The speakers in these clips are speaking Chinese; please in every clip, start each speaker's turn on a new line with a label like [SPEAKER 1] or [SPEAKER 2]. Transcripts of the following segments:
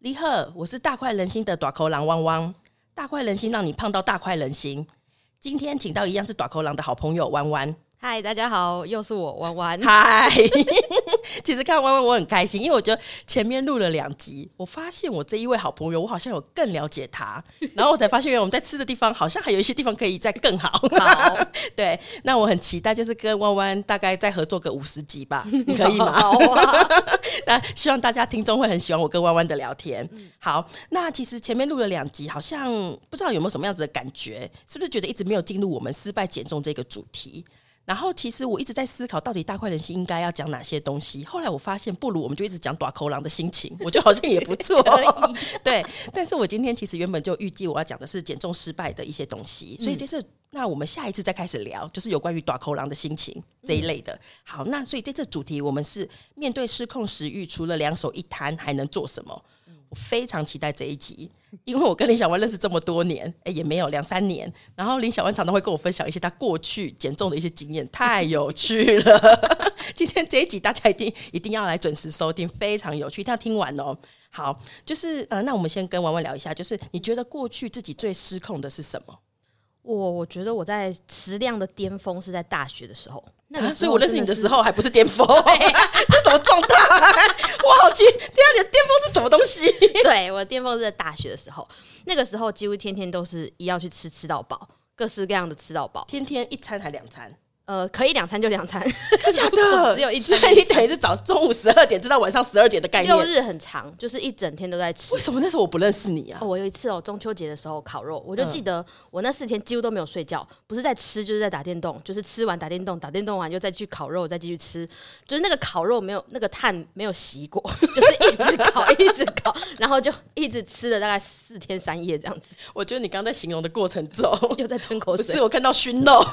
[SPEAKER 1] 离赫，我是大快人心的短口狼汪汪，大快人心让你胖到大快人心。今天请到一样是短口狼的好朋友弯弯，
[SPEAKER 2] 嗨，大家好，又是我弯弯。
[SPEAKER 1] 嗨， 其实看弯弯我很开心，因为我觉得前面录了两集，我发现我这一位好朋友，我好像有更了解他，然后我才发现原来我们在吃的地方好像还有一些地方可以再更好。
[SPEAKER 2] 好，
[SPEAKER 1] 对，那我很期待，就是跟弯弯大概再合作个五十集吧，你可以吗？
[SPEAKER 2] 好啊，
[SPEAKER 1] 那希望大家听众会很喜欢我跟弯弯的聊天。好，那其实前面录了两集，好像不知道有没有什么样子的感觉，是不是觉得一直没有进入我们失败减重这个主题？然后其实我一直在思考，到底大快人心应该要讲哪些东西。后来我发现，不如我们就一直讲短口狼的心情，我觉得好像也不错。对，但是我今天其实原本就预计我要讲的是减重失败的一些东西，所以这次、那我们下一次再开始聊，就是有关于短口狼的心情这一类的。好，那所以这次主题我们是面对失控食欲，除了两手一摊还能做什么？我非常期待这一集，因为我跟林小湾认识这么多年，哎、也没有两三年。然后林小湾常常会跟我分享一些她过去减重的一些经验，太有趣了。 今天这一集大家一定一定要来准时收听，非常有趣，一定要听完哦。好，就是呃，那我们先跟婉婉聊一下，就是你觉得过去自己最失控的是什么？
[SPEAKER 2] 我我觉得我在食量的巅峰是在大学的时候，那个、
[SPEAKER 1] 啊、所以我认识你的时，候还不是巅峰，
[SPEAKER 2] 对啊
[SPEAKER 1] 这什么状态？ 我好奇，天啊，你的巅峰是什么东西？
[SPEAKER 2] 对我的巅峰是在大学的时候，那个时候几乎天天都是一要去吃吃到饱，各式各样的吃到饱，
[SPEAKER 1] 天天一餐还两餐，
[SPEAKER 2] 呃，可以两餐就两餐，
[SPEAKER 1] 真假的？
[SPEAKER 2] 只有一
[SPEAKER 1] 所
[SPEAKER 2] 餐
[SPEAKER 1] 以你等于是早中午十二点直到晚上十二点的概
[SPEAKER 2] 六
[SPEAKER 1] 念。
[SPEAKER 2] 日很长，就是一整天都在吃
[SPEAKER 1] 为。什么那时候我不认识你啊
[SPEAKER 2] 哦，？我有一次哦，中秋节的时候烤肉，我
[SPEAKER 1] 嗯
[SPEAKER 2] 就记得我那四天几乎都没有睡觉，不是在吃就是在打电动，就是吃完打电动，打电动完又再去烤肉，再继续吃，就是那个烤肉没有那个炭没有熄过， 就是一直烤一直烤，然后就一直吃了大概四天三夜这样子，
[SPEAKER 1] 我觉得你刚刚在形容的过程 中，
[SPEAKER 2] 又在吞口
[SPEAKER 1] 不是
[SPEAKER 2] 水，
[SPEAKER 1] 我看到熏 肉，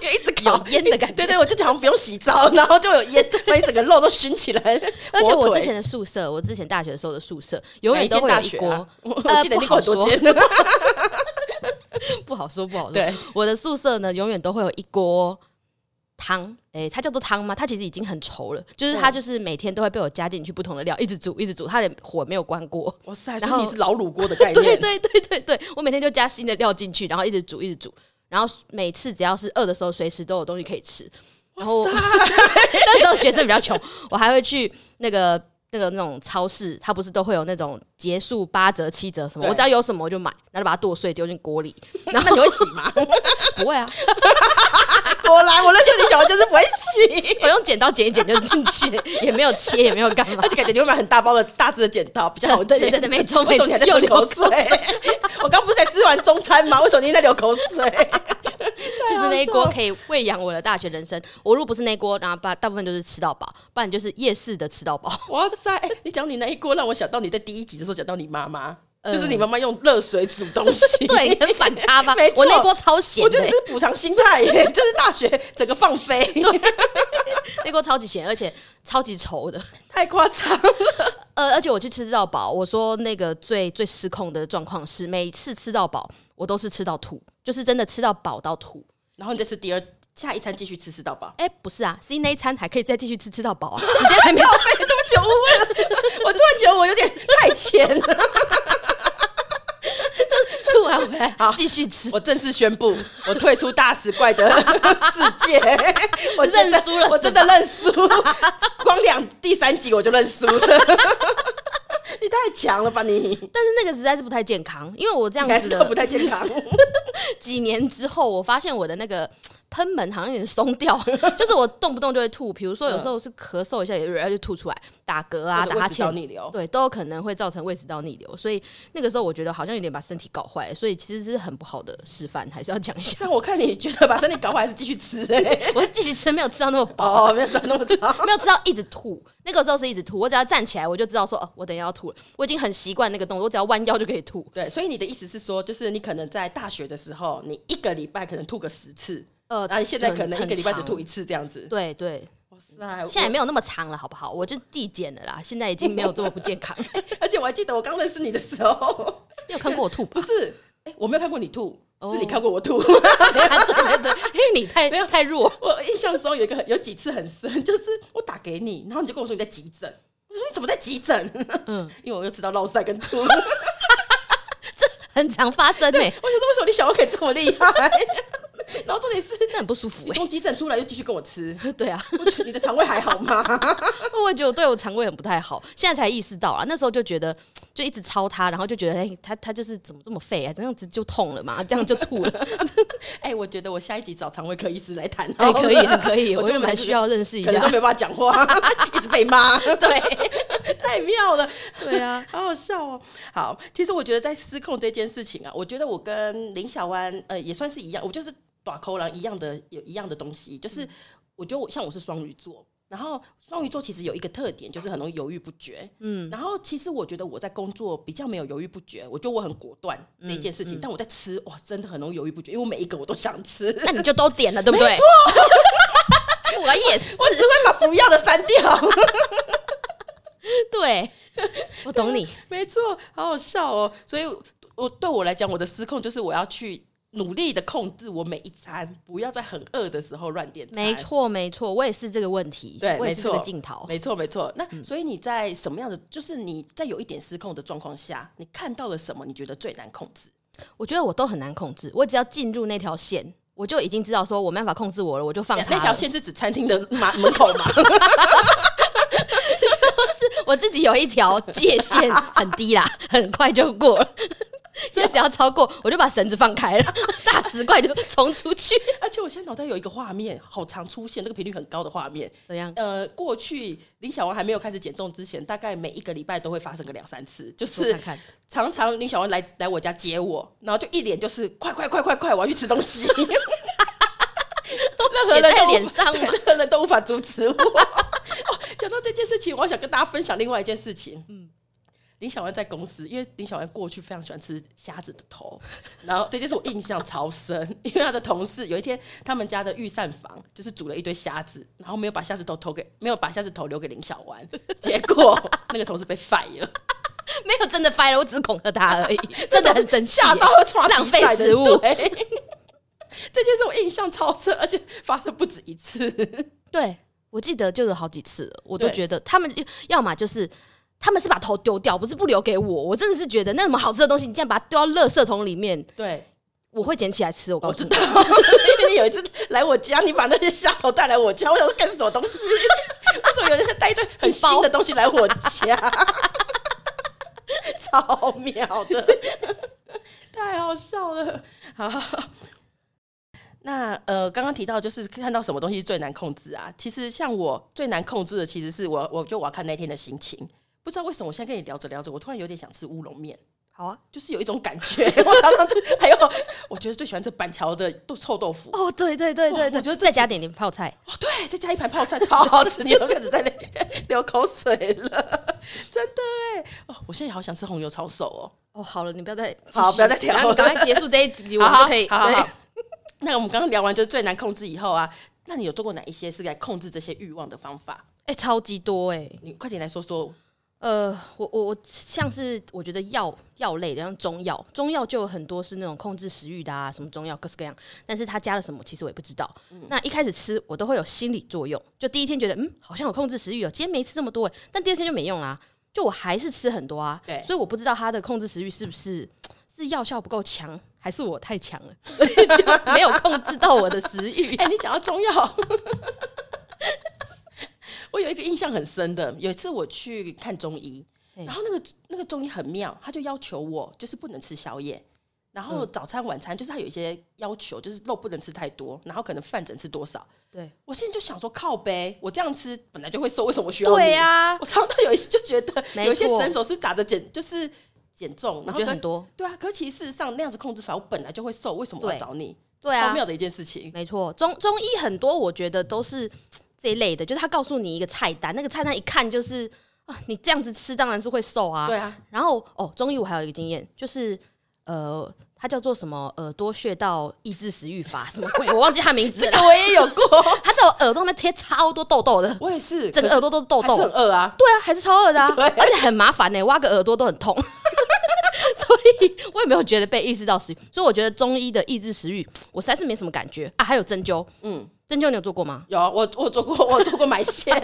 [SPEAKER 1] 因为一直烤
[SPEAKER 2] 有烟的感觉
[SPEAKER 1] 对对，我就觉得好像不用洗澡，然后就有烟，把你整个肉都熏起来。
[SPEAKER 2] 而且
[SPEAKER 1] 火
[SPEAKER 2] 我
[SPEAKER 1] 腿
[SPEAKER 2] 之前的宿舍，我之前大学的时候的宿舍，永
[SPEAKER 1] 哪
[SPEAKER 2] 远
[SPEAKER 1] 一
[SPEAKER 2] 都
[SPEAKER 1] 间
[SPEAKER 2] 会有
[SPEAKER 1] 大
[SPEAKER 2] 一
[SPEAKER 1] 学
[SPEAKER 2] 锅，
[SPEAKER 1] 啊？我
[SPEAKER 2] 呃
[SPEAKER 1] 我记得你
[SPEAKER 2] 不好
[SPEAKER 1] 很多
[SPEAKER 2] 说
[SPEAKER 1] 间，
[SPEAKER 2] 不好说不好说。
[SPEAKER 1] 对，
[SPEAKER 2] 我的宿舍呢，永远都会有一锅汤，诶、它叫做汤吗？它其实已经很稠了，就是它
[SPEAKER 1] 嗯
[SPEAKER 2] 就是每天都会被我加进去不同的料，一直煮，一直煮，它的火没有关过。
[SPEAKER 1] 哇塞，
[SPEAKER 2] 然
[SPEAKER 1] 所以你
[SPEAKER 2] 后
[SPEAKER 1] 是老卤锅的概念，
[SPEAKER 2] 对对对对对，我每天就加新的料进去，然后一直煮，一直煮，然后每次只要是饿的时候，随时都有东西可以吃。然后 那时候学生比较穷，我还会去那个那个那种超市，它不是都会有那种结束八折、七折什么，
[SPEAKER 1] 对
[SPEAKER 2] 我只要有什么我就买，然后就把它剁碎丢进 锅里，然
[SPEAKER 1] 那
[SPEAKER 2] 后
[SPEAKER 1] 你会洗吗？
[SPEAKER 2] 不会啊，
[SPEAKER 1] 果然，我认识你小孩就是不会洗，
[SPEAKER 2] 我用剪刀剪一剪就进去了，也没有切，也没有干 嘛
[SPEAKER 1] 而。且感觉你会买很大包的大只的剪刀，比较好
[SPEAKER 2] 对
[SPEAKER 1] 剪
[SPEAKER 2] 对。对对，没错
[SPEAKER 1] 为
[SPEAKER 2] 没
[SPEAKER 1] 什么
[SPEAKER 2] 错
[SPEAKER 1] 你还，在
[SPEAKER 2] 又
[SPEAKER 1] 流
[SPEAKER 2] 流
[SPEAKER 1] 口水
[SPEAKER 2] 口，
[SPEAKER 1] 我刚不是才吃完中餐吗？为什么你在流口 水？啊
[SPEAKER 2] 就是那一锅可以喂养我的大学人生。我如果不是那一锅，然后大大部分都是吃到饱，不然就是夜市的吃到 饱。
[SPEAKER 1] 哇塞！哎你讲你那一锅，让我想到你在第一集的时候讲到你妈妈，
[SPEAKER 2] 嗯
[SPEAKER 1] 就是你妈妈用热水煮东西。
[SPEAKER 2] 对，很反差吧
[SPEAKER 1] 没？错
[SPEAKER 2] 我那锅超咸
[SPEAKER 1] 我觉
[SPEAKER 2] 的
[SPEAKER 1] 得你， 这是补偿心态耶， 就是大学整个放飞，
[SPEAKER 2] 那锅超级咸，而且超级稠的。
[SPEAKER 1] 太夸张。
[SPEAKER 2] 呃，而且我去吃到饱，我说那个最最失控的状况是，每次吃到饱，我都是吃到吐，就是真的吃到饱到吐。
[SPEAKER 1] 然后你再吃第二，下一餐继续吃吃到 饱。
[SPEAKER 2] 哎、不是啊，是因为那一餐还可以再继续吃，吃到饱啊，时间还没到。
[SPEAKER 1] 哎对不起，我误会了， 我突然觉得我有点太浅了。
[SPEAKER 2] 吐完回来
[SPEAKER 1] 好
[SPEAKER 2] 继续吃，
[SPEAKER 1] 我正式宣布，我退出大食怪的 世界。我真的
[SPEAKER 2] 认输了
[SPEAKER 1] 我真的认输。光两第三集我就认输了。 你太强了吧你！
[SPEAKER 2] 但是那个实在是不太健康，因为我这样
[SPEAKER 1] 你还
[SPEAKER 2] 子
[SPEAKER 1] 知道不
[SPEAKER 2] 的
[SPEAKER 1] 太 健康。
[SPEAKER 2] 几年之后，我发现我的那个喷门好像有点松掉， 就是我动不动就会吐，比如说有
[SPEAKER 1] 嗯
[SPEAKER 2] 时候是咳嗽一下，有然后就吐出来，打嗝啊、打
[SPEAKER 1] 到
[SPEAKER 2] 哈欠，
[SPEAKER 1] 逆流。
[SPEAKER 2] 对，都有可能会造成胃食道逆流，所以那个时候我觉得好像有点把身体搞坏了，所以其实是很不好的示范，还是要讲一下。
[SPEAKER 1] 但我看你觉得把身体搞坏还是继续吃哎、
[SPEAKER 2] 我继续吃，没有吃到那么 饱。
[SPEAKER 1] 哦，没有长那么长。
[SPEAKER 2] 没有吃到一直吐，那个时候是一直吐。我只要站起来，我就知道说，哦，我等一下要吐了。我已经很习惯那个动作，我只要弯腰就可以吐。
[SPEAKER 1] 对，所以你的意思是说，就是你可能在大学的时候，你一个礼拜可能吐个十次，
[SPEAKER 2] 呃，
[SPEAKER 1] 然后你现在可能
[SPEAKER 2] 很
[SPEAKER 1] 一个礼拜只
[SPEAKER 2] 长
[SPEAKER 1] 吐一次这样子。
[SPEAKER 2] 对对，
[SPEAKER 1] 哇塞！
[SPEAKER 2] 现在也没有那么长了，好不好？我就递减了啦，现在已经没有这么不健 康。
[SPEAKER 1] 我而且我还记得我刚认识你的时候，
[SPEAKER 2] 你有看过我吐吧
[SPEAKER 1] 不？是，哎、我没有看过你吐，
[SPEAKER 2] 哦
[SPEAKER 1] 是你看过我吐。
[SPEAKER 2] 啊对对对，因为你太
[SPEAKER 1] 没有
[SPEAKER 2] 太弱，
[SPEAKER 1] 我印象中有一个很有几次很深，就是我打给你，然后你就跟我说你在急诊，我说你怎么在急诊？
[SPEAKER 2] 嗯，
[SPEAKER 1] 因为我又吃到落腮跟吐。 我想说
[SPEAKER 2] 很常发生呢、欸
[SPEAKER 1] 为什么你小时候可以这么厉害？ 然后重点是，
[SPEAKER 2] 那很不舒服
[SPEAKER 1] 你从急诊出来又继续跟我吃，
[SPEAKER 2] 哎、 对啊，
[SPEAKER 1] 我觉得你的肠胃还好吗？
[SPEAKER 2] 我也觉得我对我肠胃很不太好，现在才意识到啊。那时候就觉得就一直操它，然后就觉得哎、它它就是怎么这么废啊？这样子就痛了嘛，这样就吐 了。
[SPEAKER 1] 哎、我觉得我下一集找肠胃科医师来谈。
[SPEAKER 2] 哎、可以，很 可以，我
[SPEAKER 1] 觉
[SPEAKER 2] 就
[SPEAKER 1] 得
[SPEAKER 2] 蛮需要认识一
[SPEAKER 1] 可能都
[SPEAKER 2] 下。
[SPEAKER 1] 没办法讲话， 一直被骂，
[SPEAKER 2] 对
[SPEAKER 1] 太妙了，
[SPEAKER 2] 对 啊，
[SPEAKER 1] 好好笑哦。好，其实我觉得在失控这件事情啊，我觉得我跟林小湾呃也算是一样，我就是短口狼一样的有一样的东西，就是我觉得我像我是双鱼座。然后双鱼座其实有一个特点，就是很容易犹豫不决。嗯，然后其实我觉得我在工作比较没有犹豫不决，我觉得我很果断这一件事情。但我在吃，哇，真的很容易犹豫不决，因为我每一个我都想吃。
[SPEAKER 2] 那你就都点了，对不对？ 我也是，
[SPEAKER 1] 我只会把不要的删掉。
[SPEAKER 2] 对， 我懂你。
[SPEAKER 1] 没错，好好笑哦。所以我，我对我来讲，我的失控就是我要去努力的控制我每一餐，不要在很饿的时候乱点餐。
[SPEAKER 2] 没，错，没错，我也是这个问题，
[SPEAKER 1] 对
[SPEAKER 2] 我也
[SPEAKER 1] 没
[SPEAKER 2] 是这个
[SPEAKER 1] 错
[SPEAKER 2] 镜头。
[SPEAKER 1] 没错，没错。那、
[SPEAKER 2] 嗯
[SPEAKER 1] 所以你在什么样的，就是你在有一点失控的状况下，你看到了什么？你觉得最难控制？
[SPEAKER 2] 我觉得我都很难控制，我只要进入那条线，我就已经知道说我没办法控制我了，我就放
[SPEAKER 1] 那
[SPEAKER 2] 它
[SPEAKER 1] 那条
[SPEAKER 2] 了
[SPEAKER 1] 线是指餐厅的马门口吗？
[SPEAKER 2] 我自己有一条界 限很低啦，很快就过了。所以只要超过，我就把绳子放开了， 大石块就冲出去。
[SPEAKER 1] 而且我现在脑袋有一个画面，好常出现，这个频率很高的画面。
[SPEAKER 2] 怎 样？
[SPEAKER 1] 呃，过去林小王还没有开始减重之前，大概每一个礼拜都会发生个两三次，就
[SPEAKER 2] 我
[SPEAKER 1] 是
[SPEAKER 2] 看看，
[SPEAKER 1] 常常林小王来来我家接我，然后就一脸就是快快快快快，我要去吃东 西。任何人
[SPEAKER 2] 写在
[SPEAKER 1] 都无
[SPEAKER 2] 脸上
[SPEAKER 1] 对
[SPEAKER 2] 嘛。
[SPEAKER 1] 任何人都无法阻止我。 哦讲到这件事情，我想跟大家分享另外一件事情。嗯，林小丸在公司，因为林小丸过去非常喜欢吃虾子的头， 然后这件事我印象超深， 因为他的同事有一天他们家的御膳房就是煮了一堆虾子，然后没有把虾子头投给，没有把虾子头留给林小丸，结果那个同事被 fire，
[SPEAKER 2] 没有真的掰了，我只是恐吓他而已，真的很生气耶。
[SPEAKER 1] 吓到会喘
[SPEAKER 2] 浪
[SPEAKER 1] 气
[SPEAKER 2] 费
[SPEAKER 1] 塞的
[SPEAKER 2] 食物
[SPEAKER 1] 对 这件事我印象超深，而且发生不止一次。
[SPEAKER 2] 对，我记得就有好几次了，我都
[SPEAKER 1] 对
[SPEAKER 2] 觉得他们就要么就是他们是把头丢掉，不是不留给我。我真的是觉得那什么好吃的东西，你竟然把它丢到垃圾桶里面，
[SPEAKER 1] 对，
[SPEAKER 2] 我会捡起来吃。我告
[SPEAKER 1] 我
[SPEAKER 2] 诉
[SPEAKER 1] 知
[SPEAKER 2] 你，
[SPEAKER 1] 道， 因为你有一次来我家，你把那些虾头带来我家，我想说干是什么 东西？为什么有人带一堆很新的东西来我家？超妙的， 太好笑了。好，那呃，刚刚提到就是看到什么东西最难控制啊？其实像我最难控制的，其实是我，我就我要看那天的心情。不知道为什么，我现在跟你聊着聊着，我突然有点想吃乌龙面。
[SPEAKER 2] 好啊。
[SPEAKER 1] 就是有一种感觉。 我常常就还有，我觉得最喜欢这板桥的豆臭豆腐。
[SPEAKER 2] 哦，对对对
[SPEAKER 1] 哇
[SPEAKER 2] 对
[SPEAKER 1] 我
[SPEAKER 2] 对，
[SPEAKER 1] 觉得这
[SPEAKER 2] 再加点点泡菜，
[SPEAKER 1] 哦，对，再加一盘泡菜，超好吃，你都开始在那 流口水了，真的哎。哦，我现在好想吃红油抄手哦。
[SPEAKER 2] 哦，好了，你不要再
[SPEAKER 1] 好
[SPEAKER 2] 继续
[SPEAKER 1] 不要再挑
[SPEAKER 2] 然后你赶快结束这一集，我
[SPEAKER 1] 好好
[SPEAKER 2] 们就可 以
[SPEAKER 1] 好好好
[SPEAKER 2] 对。
[SPEAKER 1] 那我们刚刚聊完就是最难控制以后啊，那你有做过哪一些是来控制这些欲望的方法？
[SPEAKER 2] 哎，超级多哎。
[SPEAKER 1] 你快点来说说。
[SPEAKER 2] 呃，我我我像是我觉得药药类的，像中药，中药就有很多是那种控制食欲的啊，什么中药各式各样，但是它加了什么，其实我也不知道。
[SPEAKER 1] 嗯
[SPEAKER 2] 那一开始吃，我都会有心理作用，就第一天觉得嗯，好像有控制食欲哦，今天没吃这么多欸，但第二天就没用啦、就我还是吃很多啊，
[SPEAKER 1] 对
[SPEAKER 2] 所以我不知道它的控制食欲是不是是药效不够强，还是我太强了， 所以就没有控制到我的食欲。
[SPEAKER 1] 哎、你讲到中药， 我有一个印象很深的，有一次我去看中医，
[SPEAKER 2] 哎
[SPEAKER 1] 然后那个那个中医很妙，他就要求我就是不能吃宵夜，然后
[SPEAKER 2] 嗯
[SPEAKER 1] 早餐晚餐就是他有一些要求，就是肉不能吃太多，然后可能饭整吃多少。
[SPEAKER 2] 对
[SPEAKER 1] 我现在就想说，靠呗，我这样吃本来就会瘦，为什么我需要
[SPEAKER 2] 对啊
[SPEAKER 1] 你？
[SPEAKER 2] 呀、
[SPEAKER 1] 我常常有一些就觉得
[SPEAKER 2] 没
[SPEAKER 1] 有一些
[SPEAKER 2] 错
[SPEAKER 1] 诊所是打着减就是减重，
[SPEAKER 2] 我
[SPEAKER 1] 然
[SPEAKER 2] 觉
[SPEAKER 1] 后
[SPEAKER 2] 得
[SPEAKER 1] 跟
[SPEAKER 2] 很多，
[SPEAKER 1] 对啊，可是其实事实上那样子控制法，我本来就会瘦，为什么我要
[SPEAKER 2] 对
[SPEAKER 1] 找你？
[SPEAKER 2] 对啊
[SPEAKER 1] 超，妙的一件事情。
[SPEAKER 2] 没错，中中医很多我觉得都是这一类的，就是他告诉你一个菜单，那个菜单一看就是啊，你这样子吃当然是会瘦啊。
[SPEAKER 1] 对啊，
[SPEAKER 2] 然后哦，中医我还有一个经验，就是呃，它叫做什么耳朵穴道抑制食欲法，什么鬼，我忘记它名 字了。
[SPEAKER 1] 我也有过，
[SPEAKER 2] 它在我耳朵那边贴超多痘痘的，
[SPEAKER 1] 我也是，
[SPEAKER 2] 整个耳朵都是痘
[SPEAKER 1] 可是还是
[SPEAKER 2] 痘
[SPEAKER 1] 很。饿啊。
[SPEAKER 2] 对啊，还是超饿的啊，
[SPEAKER 1] 对
[SPEAKER 2] 而且很麻烦呢、挖个耳朵都很 痛。所以我也没有觉得被意识到食欲，所以我觉得中医的抑制食欲，我实在是没什么感觉啊。还有针灸，
[SPEAKER 1] 嗯
[SPEAKER 2] 嗯，针灸你有做过吗？
[SPEAKER 1] 有我我做过，我做过埋线，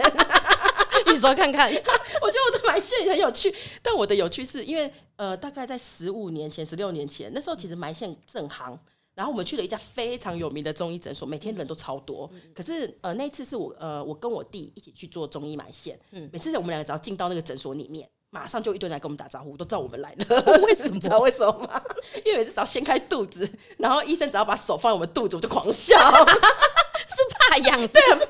[SPEAKER 2] 你的时候 看看。
[SPEAKER 1] 我觉得我的埋线也很有趣，但我的有趣是因为呃，大概在十五年前、十六年前，那时候其实埋线正行。然后我们去了一家非常有名的中医诊所，每天人都超多。
[SPEAKER 2] 嗯
[SPEAKER 1] 可是呃，那一次是我呃，我跟我弟一起去做中医埋线。
[SPEAKER 2] 嗯
[SPEAKER 1] 每次我们两个只要进到那个诊所里面，马上就一堆人来跟我们打招呼，都知道我们来了。
[SPEAKER 2] 为 什
[SPEAKER 1] 你知
[SPEAKER 2] 么？
[SPEAKER 1] 道为什么吗？因为每次只要掀开肚子，然后医生只要把手放在我们肚子，我就狂笑，就
[SPEAKER 2] 是怕痒，对，很怕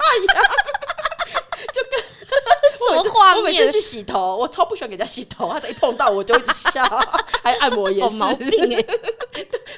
[SPEAKER 2] 痒，就跟什么画
[SPEAKER 1] 我每次
[SPEAKER 2] 面？
[SPEAKER 1] 去洗头，我超不喜欢给人家洗头，他只要一碰到我就一直 笑，还按摩也
[SPEAKER 2] 有
[SPEAKER 1] 是，
[SPEAKER 2] 毛病哎、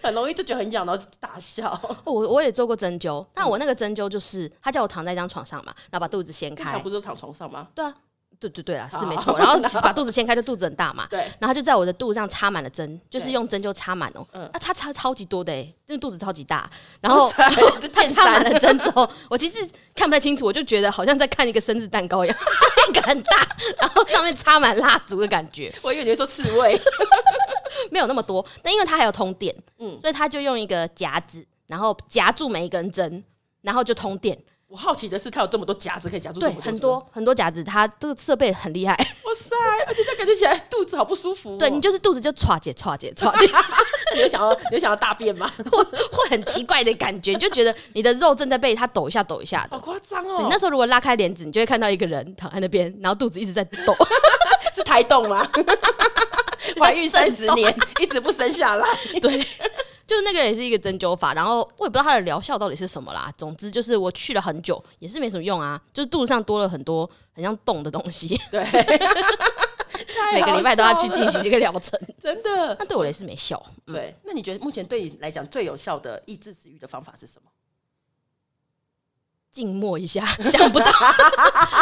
[SPEAKER 1] 很容易就觉得很痒，然后就大笑。
[SPEAKER 2] 哦我我也做过针灸，但我那个针灸就是他叫我躺在一张床上嘛，然后把肚子掀
[SPEAKER 1] 正常
[SPEAKER 2] 开
[SPEAKER 1] 不，是哦都躺床上吗？
[SPEAKER 2] 对啊，对对对啦，是
[SPEAKER 1] 好
[SPEAKER 2] 没错，然后把肚子掀开就肚子很大 嘛，
[SPEAKER 1] 对，
[SPEAKER 2] 然后他就在我的肚子上插满了针，就是
[SPEAKER 1] 对
[SPEAKER 2] 用针灸插满哦、
[SPEAKER 1] 嗯哦
[SPEAKER 2] 啊插插超级多的哎、因为肚子超 级大，然后
[SPEAKER 1] 这
[SPEAKER 2] 他
[SPEAKER 1] 见
[SPEAKER 2] 插满
[SPEAKER 1] 山
[SPEAKER 2] 了针之后，我其实看不太清楚，我就觉得好像在看一个生日蛋糕一样， 就一个很大，然后上面插满蜡烛的感觉，
[SPEAKER 1] 我以为你会说刺 猬，
[SPEAKER 2] 没有那么多。但因为它还有通电，
[SPEAKER 1] 嗯
[SPEAKER 2] 所以他就用一个夹子，然后夹住每一根针，然后就通电。
[SPEAKER 1] 我好奇的是，它有这么多夹子可以夹住这
[SPEAKER 2] 对，
[SPEAKER 1] 么
[SPEAKER 2] 很
[SPEAKER 1] 多
[SPEAKER 2] 多很多夹子，它这个设备很厉害。
[SPEAKER 1] 针，哇塞！而且这样感觉起来肚子好不舒服哦。
[SPEAKER 2] 对你就是肚子就歘姐歘姐歘姐，
[SPEAKER 1] 那 你有想要你有想要大便 吗？
[SPEAKER 2] 会会很奇怪的感觉，你就觉得你的肉正在被它抖一下抖一下的。
[SPEAKER 1] 好夸张
[SPEAKER 2] 对
[SPEAKER 1] 哦！
[SPEAKER 2] 那时候如果拉开帘子，你就会看到一个人躺在那边，然后肚子一直在抖。
[SPEAKER 1] 是胎动吗？ 怀孕三十年一直不生 下来，
[SPEAKER 2] 对， 就是那个也是一个针灸法，然后我也不知道它的疗效到底是什么啦。总之就是我去了很久，也是没什么用啊，就是肚子上多了很多很像洞的东 西，
[SPEAKER 1] 对，
[SPEAKER 2] 每个礼拜都要去
[SPEAKER 1] 哎太好笑
[SPEAKER 2] 进
[SPEAKER 1] 了，
[SPEAKER 2] 行这个疗程。
[SPEAKER 1] 真的。
[SPEAKER 2] 那对我也是没效。嗯
[SPEAKER 1] 对，那你觉得目前对你来讲最有效的抑制食欲的方法是什么？
[SPEAKER 2] 静默一下， 想不到，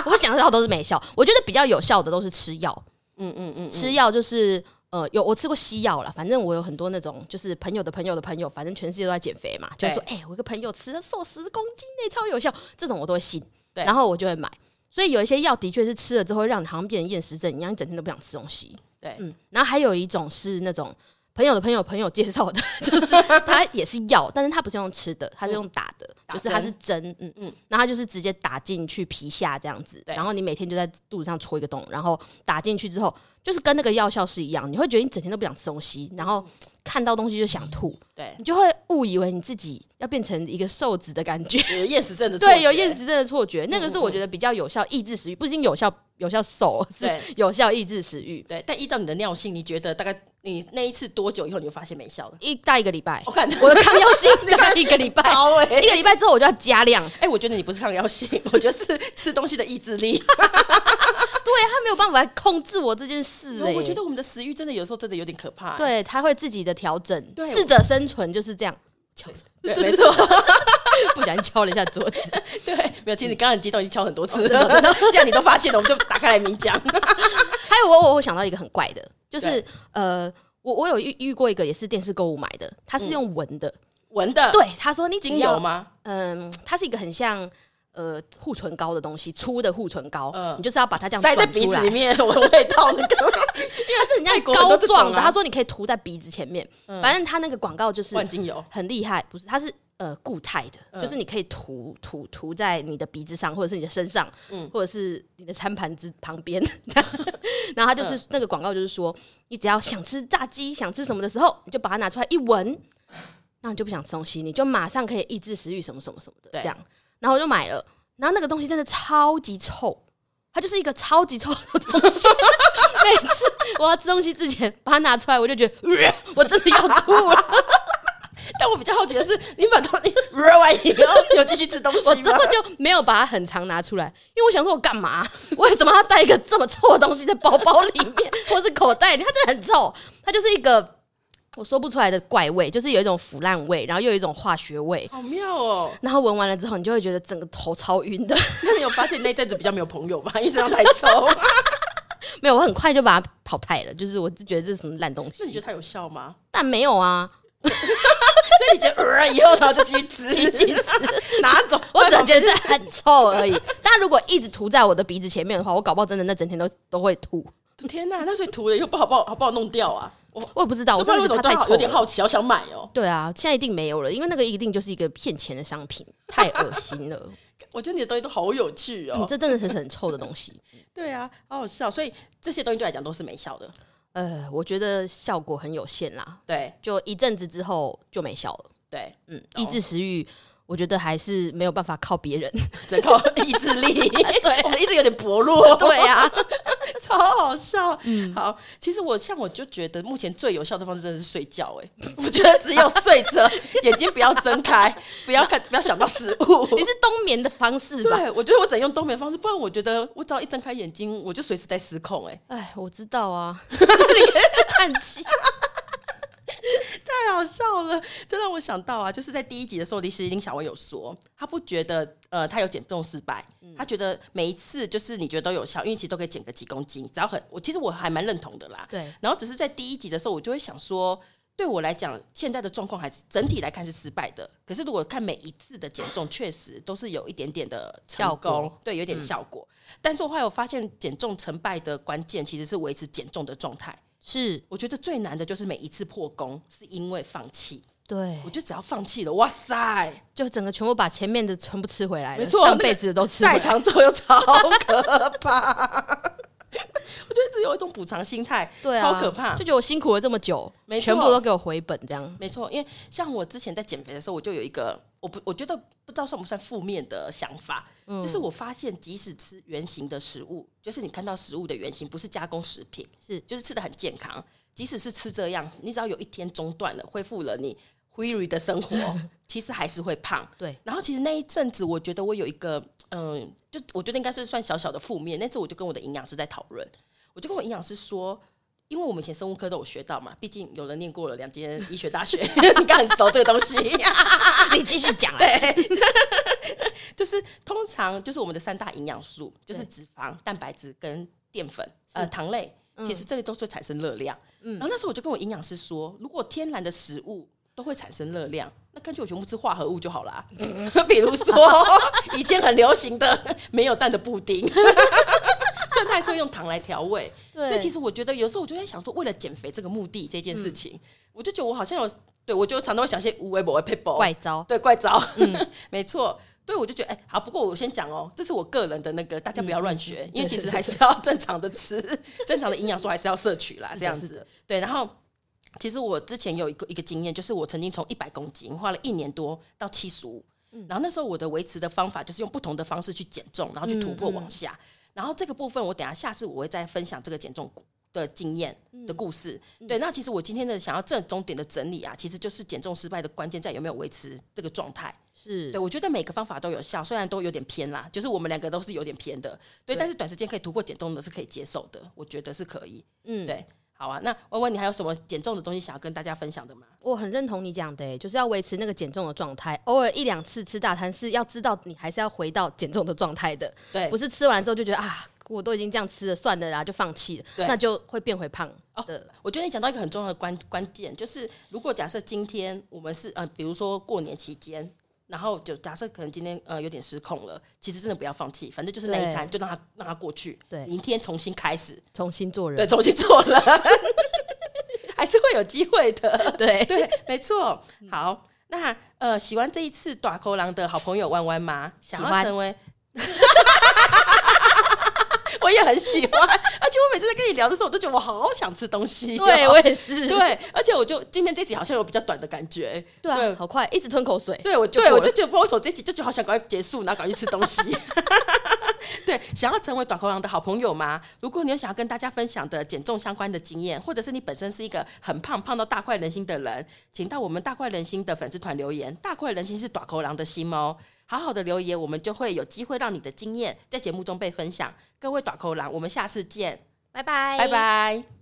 [SPEAKER 2] 我想到都是没效。我觉得比较有效的都是吃药，
[SPEAKER 1] 嗯嗯嗯，
[SPEAKER 2] 吃药就是呃有我吃过西药啦，反正我有很多那种就是朋友的朋友的朋友，反正全世界都在减肥嘛，就
[SPEAKER 1] 对
[SPEAKER 2] 说哎、我一个朋友吃了瘦十公斤内超有效，这种我都会信，
[SPEAKER 1] 对
[SPEAKER 2] 然后我就会买。所以有一些药的确是吃了之后会让你好像变成厌食症一样，你整天都不想吃东西。
[SPEAKER 1] 对
[SPEAKER 2] 嗯，然后还有一种是那种朋友的朋友朋友介绍的， 就是它也是药，但是它不是用吃的，它是用打的，
[SPEAKER 1] 嗯打
[SPEAKER 2] 就是它
[SPEAKER 1] 针
[SPEAKER 2] 是针，嗯嗯
[SPEAKER 1] 嗯，
[SPEAKER 2] 然后它就是直接打进去皮下这样子，
[SPEAKER 1] 对
[SPEAKER 2] 然后你每天就在肚子上戳一个洞，然后打进去之后，就是跟那个药效是一样，你会觉得你整天都不想吃东西，然后
[SPEAKER 1] 嗯
[SPEAKER 2] 看到东西就想吐，
[SPEAKER 1] 对，
[SPEAKER 2] 你就会误以为你自己要变成一个瘦子的感觉，
[SPEAKER 1] 有厌食 症的错觉，嗯
[SPEAKER 2] 对，有厌食症的错觉，那个是我觉得比较有效抑制食欲，不仅有效有效瘦， 是
[SPEAKER 1] 对
[SPEAKER 2] 有效抑制食欲，
[SPEAKER 1] 对。但依照你的尿性，你觉得大概你那一次多久以后你就发现没效了？
[SPEAKER 2] 一大概一个礼拜
[SPEAKER 1] 我， 看
[SPEAKER 2] 我的抗药性大概一个礼 拜，
[SPEAKER 1] 高哎、
[SPEAKER 2] 一个礼拜之后我就要加量，
[SPEAKER 1] 哎、我觉得你不是抗药性， 我觉得是吃东西的意志力。
[SPEAKER 2] 对他没有办法控制我这件事、欸，
[SPEAKER 1] 我觉得我们的食欲真的有时候真的有点可怕、
[SPEAKER 2] 对他会自己的调整，
[SPEAKER 1] 对
[SPEAKER 2] 适者生存就是这样。敲
[SPEAKER 1] 对，没错，
[SPEAKER 2] 不小心敲了一下桌子，
[SPEAKER 1] 对，没有。其实你刚刚很激动，已经敲很多次
[SPEAKER 2] 哦真的
[SPEAKER 1] 了， 既然你都发现了，我们就打开来明讲。
[SPEAKER 2] 还有我我我想到一个很怪的，就是
[SPEAKER 1] 对
[SPEAKER 2] 呃，我我有遇遇过一个也是电视购物买的，它是用闻的，
[SPEAKER 1] 闻的，，
[SPEAKER 2] 对他说你只
[SPEAKER 1] 精
[SPEAKER 2] 要
[SPEAKER 1] 油？嗯吗？
[SPEAKER 2] 嗯，它是一个很像呃护唇膏的东西，粗的护唇膏，
[SPEAKER 1] 嗯
[SPEAKER 2] 你就是要把它这样
[SPEAKER 1] 塞在
[SPEAKER 2] 转
[SPEAKER 1] 鼻
[SPEAKER 2] 出
[SPEAKER 1] 子
[SPEAKER 2] 来
[SPEAKER 1] 里，面，我的味道 那个
[SPEAKER 2] 它是人家
[SPEAKER 1] 泰国很
[SPEAKER 2] 膏
[SPEAKER 1] 多这种
[SPEAKER 2] 状的，
[SPEAKER 1] 啊嗯
[SPEAKER 2] 他说你可以涂在鼻子前面，反正他那个广告就是
[SPEAKER 1] 万精油。
[SPEAKER 2] 很厉害，不是，它是呃固态的，
[SPEAKER 1] 哦嗯
[SPEAKER 2] 就是你可以涂涂涂在你的鼻子上，或者是你的身上，
[SPEAKER 1] 嗯
[SPEAKER 2] 或者是你的餐盘子旁边。 然后它
[SPEAKER 1] 嗯
[SPEAKER 2] 就是、那个广告，就是说你只要想吃炸鸡、想吃什么的时候，你就把它拿出来一闻，然后你就不想吃东西，你就马上可以抑制食欲，什么什么什么的
[SPEAKER 1] 对
[SPEAKER 2] 这样。然后我就买了，然后那个东西真的超级臭。它就是一个超级臭的 东西， 每次我要吃东西之前把它拿出来，我就觉得，呃我真的要吐了。
[SPEAKER 1] 但我比较好奇的是，你把东西 闻完以后，有继续吃东
[SPEAKER 2] 我
[SPEAKER 1] 西
[SPEAKER 2] 之
[SPEAKER 1] 吗
[SPEAKER 2] 后？就没有把它很常拿出来，因为我想说，我干嘛？为什么要带一个这么臭的东西在包包里面或是口袋里？它真的很臭，它就是一个我说不出来的怪味，就是有一种腐烂味，然后又有一种化学味。
[SPEAKER 1] 好妙哦！
[SPEAKER 2] 然后闻完了之后，你就会觉得整个头超晕的。
[SPEAKER 1] 那你有发现那阵子比较没有朋友吗？ 因为身上太臭。
[SPEAKER 2] 没有，我很快就把它淘汰了。就是我就觉得这是什么烂东
[SPEAKER 1] 那你觉
[SPEAKER 2] 西，
[SPEAKER 1] 得它有效吗？
[SPEAKER 2] 但没有啊，
[SPEAKER 1] 所以你觉得呃以后，然后就继续
[SPEAKER 2] 几
[SPEAKER 1] 吃，
[SPEAKER 2] 几次，
[SPEAKER 1] 哪种？
[SPEAKER 2] 我只觉得这很臭而已。但如果一直涂在我的鼻子前面的话，我搞不好真的那整天都都会吐。
[SPEAKER 1] 天哪，那所以涂了又不好不好好不好弄掉啊？我
[SPEAKER 2] 我也不知道，我真的觉得它
[SPEAKER 1] 对
[SPEAKER 2] 太臭
[SPEAKER 1] 啊
[SPEAKER 2] 了。
[SPEAKER 1] 有点好奇，好想买哦。
[SPEAKER 2] 对啊，现在一定没有了，因为那个一定就是一个骗钱的商品，太恶心了。哎
[SPEAKER 1] 我觉得你的东西都好有趣
[SPEAKER 2] 你
[SPEAKER 1] 哦。
[SPEAKER 2] 这真的是很臭的东西。
[SPEAKER 1] 对啊，好好笑。所以这些东西对我来讲都是没效的。
[SPEAKER 2] 呃，我觉得效果很有限啦，
[SPEAKER 1] 对
[SPEAKER 2] 就一阵子之后就没效了。
[SPEAKER 1] 对，
[SPEAKER 2] 嗯，
[SPEAKER 1] 懂
[SPEAKER 2] 抑制食欲，我觉得还是没有办法靠别 人。
[SPEAKER 1] 只靠意志力。
[SPEAKER 2] 对
[SPEAKER 1] 我们意志有点薄弱。
[SPEAKER 2] 对啊，
[SPEAKER 1] 超好笑。好，其实我像我就觉得目前最有效的方式真的是睡觉、欸。 哎，我觉得只有睡着， 眼睛不要睁开， 不要看，不要想到食物。
[SPEAKER 2] 你是冬眠的方式吧？
[SPEAKER 1] 对，我觉得我只能用冬眠方式，不然我觉得我只要一睁开眼睛，我就随时在失控、欸。哎，
[SPEAKER 2] 哎，我知 道啊，你在叹气。
[SPEAKER 1] 太好笑了，这让我想到啊，就是在第一集的时候，其实林小薇有说，她不觉得呃，她有减重失败，她觉得每一次就是你觉得都有效，因为其实都可以减个几公斤，只要很我其实我还蛮认同的啦。
[SPEAKER 2] 对，
[SPEAKER 1] 然后只是在第一集的时候，我就会想说，对我来讲，现在的状况还是整体来看是失败的。可是如果看每一次的减重，确实都是有一点点的成
[SPEAKER 2] 效果嗯
[SPEAKER 1] 功，对，有点效果。但是我后来有发现，减重成败的关键其实是维持减重的状态。
[SPEAKER 2] 是，
[SPEAKER 1] 我觉得最难的就是每一次破功，是因为放弃。
[SPEAKER 2] 对
[SPEAKER 1] 我，觉得只要放弃了，哇塞，
[SPEAKER 2] 就整个全部把前面的全部吃回来了，
[SPEAKER 1] 没错
[SPEAKER 2] 上
[SPEAKER 1] 那个
[SPEAKER 2] 辈子的都吃回
[SPEAKER 1] 代
[SPEAKER 2] 来。
[SPEAKER 1] 偿之后又超可怕。 我觉得只有一种补偿心态，
[SPEAKER 2] 对啊，
[SPEAKER 1] 超可怕
[SPEAKER 2] 就。觉得我辛苦了这么久
[SPEAKER 1] 没，错
[SPEAKER 2] 全部都给我回本这样。
[SPEAKER 1] 没错，因为像我之前在减肥的时候，我就有一个我不我觉得不知道算不算负面的想法，就是我发现即使吃原形的食物，就是你看到食物的原型，不是加工食品，
[SPEAKER 2] 是
[SPEAKER 1] 就是吃的很健康，即使是吃这样，你只要有一天中断了，恢复了你 weary 的生活，其实还是会胖。
[SPEAKER 2] 对，
[SPEAKER 1] 然后其实那一阵子，我觉得我有一个，嗯、就我觉得应该是算小小的负面。那次我就跟我的营养师在讨论，我就跟我营养师说，因为我们以前生物课都有学到嘛，毕竟有人念过了两间医学大学， 你应该很熟这个东西。
[SPEAKER 2] 你继续讲啊。
[SPEAKER 1] 就是通常就是我们的三大营养素，就是脂肪、蛋白质跟淀粉，呃，糖类，其实这个都是会产生热量。然后那时候我就跟我营养师说，如果天然的食物都会产生热量，那干脆我全部吃化合物就好啦。 比如说以前很流行的 没有蛋的布丁。 甚至还是会用糖来调味，所以其
[SPEAKER 2] 对，
[SPEAKER 1] 实我觉得有时候我就在想说，为了减肥这个目的这件事情，我就觉得我好像有，对我就常常会想一些无微不微 people
[SPEAKER 2] 怪招。
[SPEAKER 1] 对，怪招， 没错。对，我就觉得，哎、好。不过我先讲哦，这是我个人的那个，大家不要乱学，因为其实还是要正常的吃，正常的营养素还是要摄取啦，这样
[SPEAKER 2] 是
[SPEAKER 1] 子。对，然后其实我之前有一个一个经验，就是我曾经从一百公斤花了一年多到七十五，
[SPEAKER 2] 嗯
[SPEAKER 1] 然后那时候我的维持的方法就是用不同的方式去减重，然后去突
[SPEAKER 2] 嗯
[SPEAKER 1] 破往下。然后这个部分我等一下下次我会再分享这个减重的经验
[SPEAKER 2] 嗯
[SPEAKER 1] 的故事。对，那其实我今天的想要正重点的整理啊，其实就是减重失败的关键在有没有维持这个状态。
[SPEAKER 2] 是
[SPEAKER 1] 对，我觉得每个方法都有效，虽然都有点偏啦，就是我们两个都是有点偏的，对，但是短时间可以突破减重的是可以接受的，我觉得是可以。
[SPEAKER 2] 嗯
[SPEAKER 1] 对，好啊。那弯弯，你还有什么减重的东西想要跟大家分享的吗？
[SPEAKER 2] 我很认同你讲的、欸，就是要维持那个减重的状态，偶尔一两次吃大餐是要知道你还是要回到减重的状态的，
[SPEAKER 1] 对
[SPEAKER 2] 不，是吃完之后就觉得啊，我都已经这样吃了，算了啦，就放弃了，
[SPEAKER 1] 对
[SPEAKER 2] 那就会变回胖的。
[SPEAKER 1] 我觉得你讲到一个很重要的关关键，就是如果假设今天我们是呃，比如说过年期间。然后就假设可能今天呃有点失控了，其实真的不要放弃，反正就是那一
[SPEAKER 2] 对
[SPEAKER 1] 餐就让它让它过去，
[SPEAKER 2] 对
[SPEAKER 1] 明天重新开始，
[SPEAKER 2] 重新做
[SPEAKER 1] 对，
[SPEAKER 2] 人，
[SPEAKER 1] 重新做人， 还是会有机会的。
[SPEAKER 2] 对，
[SPEAKER 1] 对，没错。好，那呃，喜欢这一次短口狼的好朋友弯弯吗？想
[SPEAKER 2] 喜
[SPEAKER 1] 要
[SPEAKER 2] 欢
[SPEAKER 1] 成为， 我也很喜欢。而且我每次在跟你聊的时候，我都觉得我好想吃东西、哦
[SPEAKER 2] 对我。也是，
[SPEAKER 1] 对，而且我就今天这集好像有比较短的感觉，
[SPEAKER 2] 对啊，好快，一直吞口水，
[SPEAKER 1] 对，我
[SPEAKER 2] 就
[SPEAKER 1] 对
[SPEAKER 2] 过
[SPEAKER 1] 我
[SPEAKER 2] 了
[SPEAKER 1] 就觉得 p o s 这集就觉得好想赶快结束，然后赶快去吃东西。 对，想要成为短口狼的好朋友吗？如果你有想要跟大家分享的减重相关的经验，或者是你本身是一个很胖胖到大快人心的人，请到我们大快人心的粉丝团留言。大快人心是短口狼的心哦。好好的留言，我们就会有机会让你的经验在节目中被分享。各位短口狼，我们下次见，
[SPEAKER 2] 拜拜，
[SPEAKER 1] 拜拜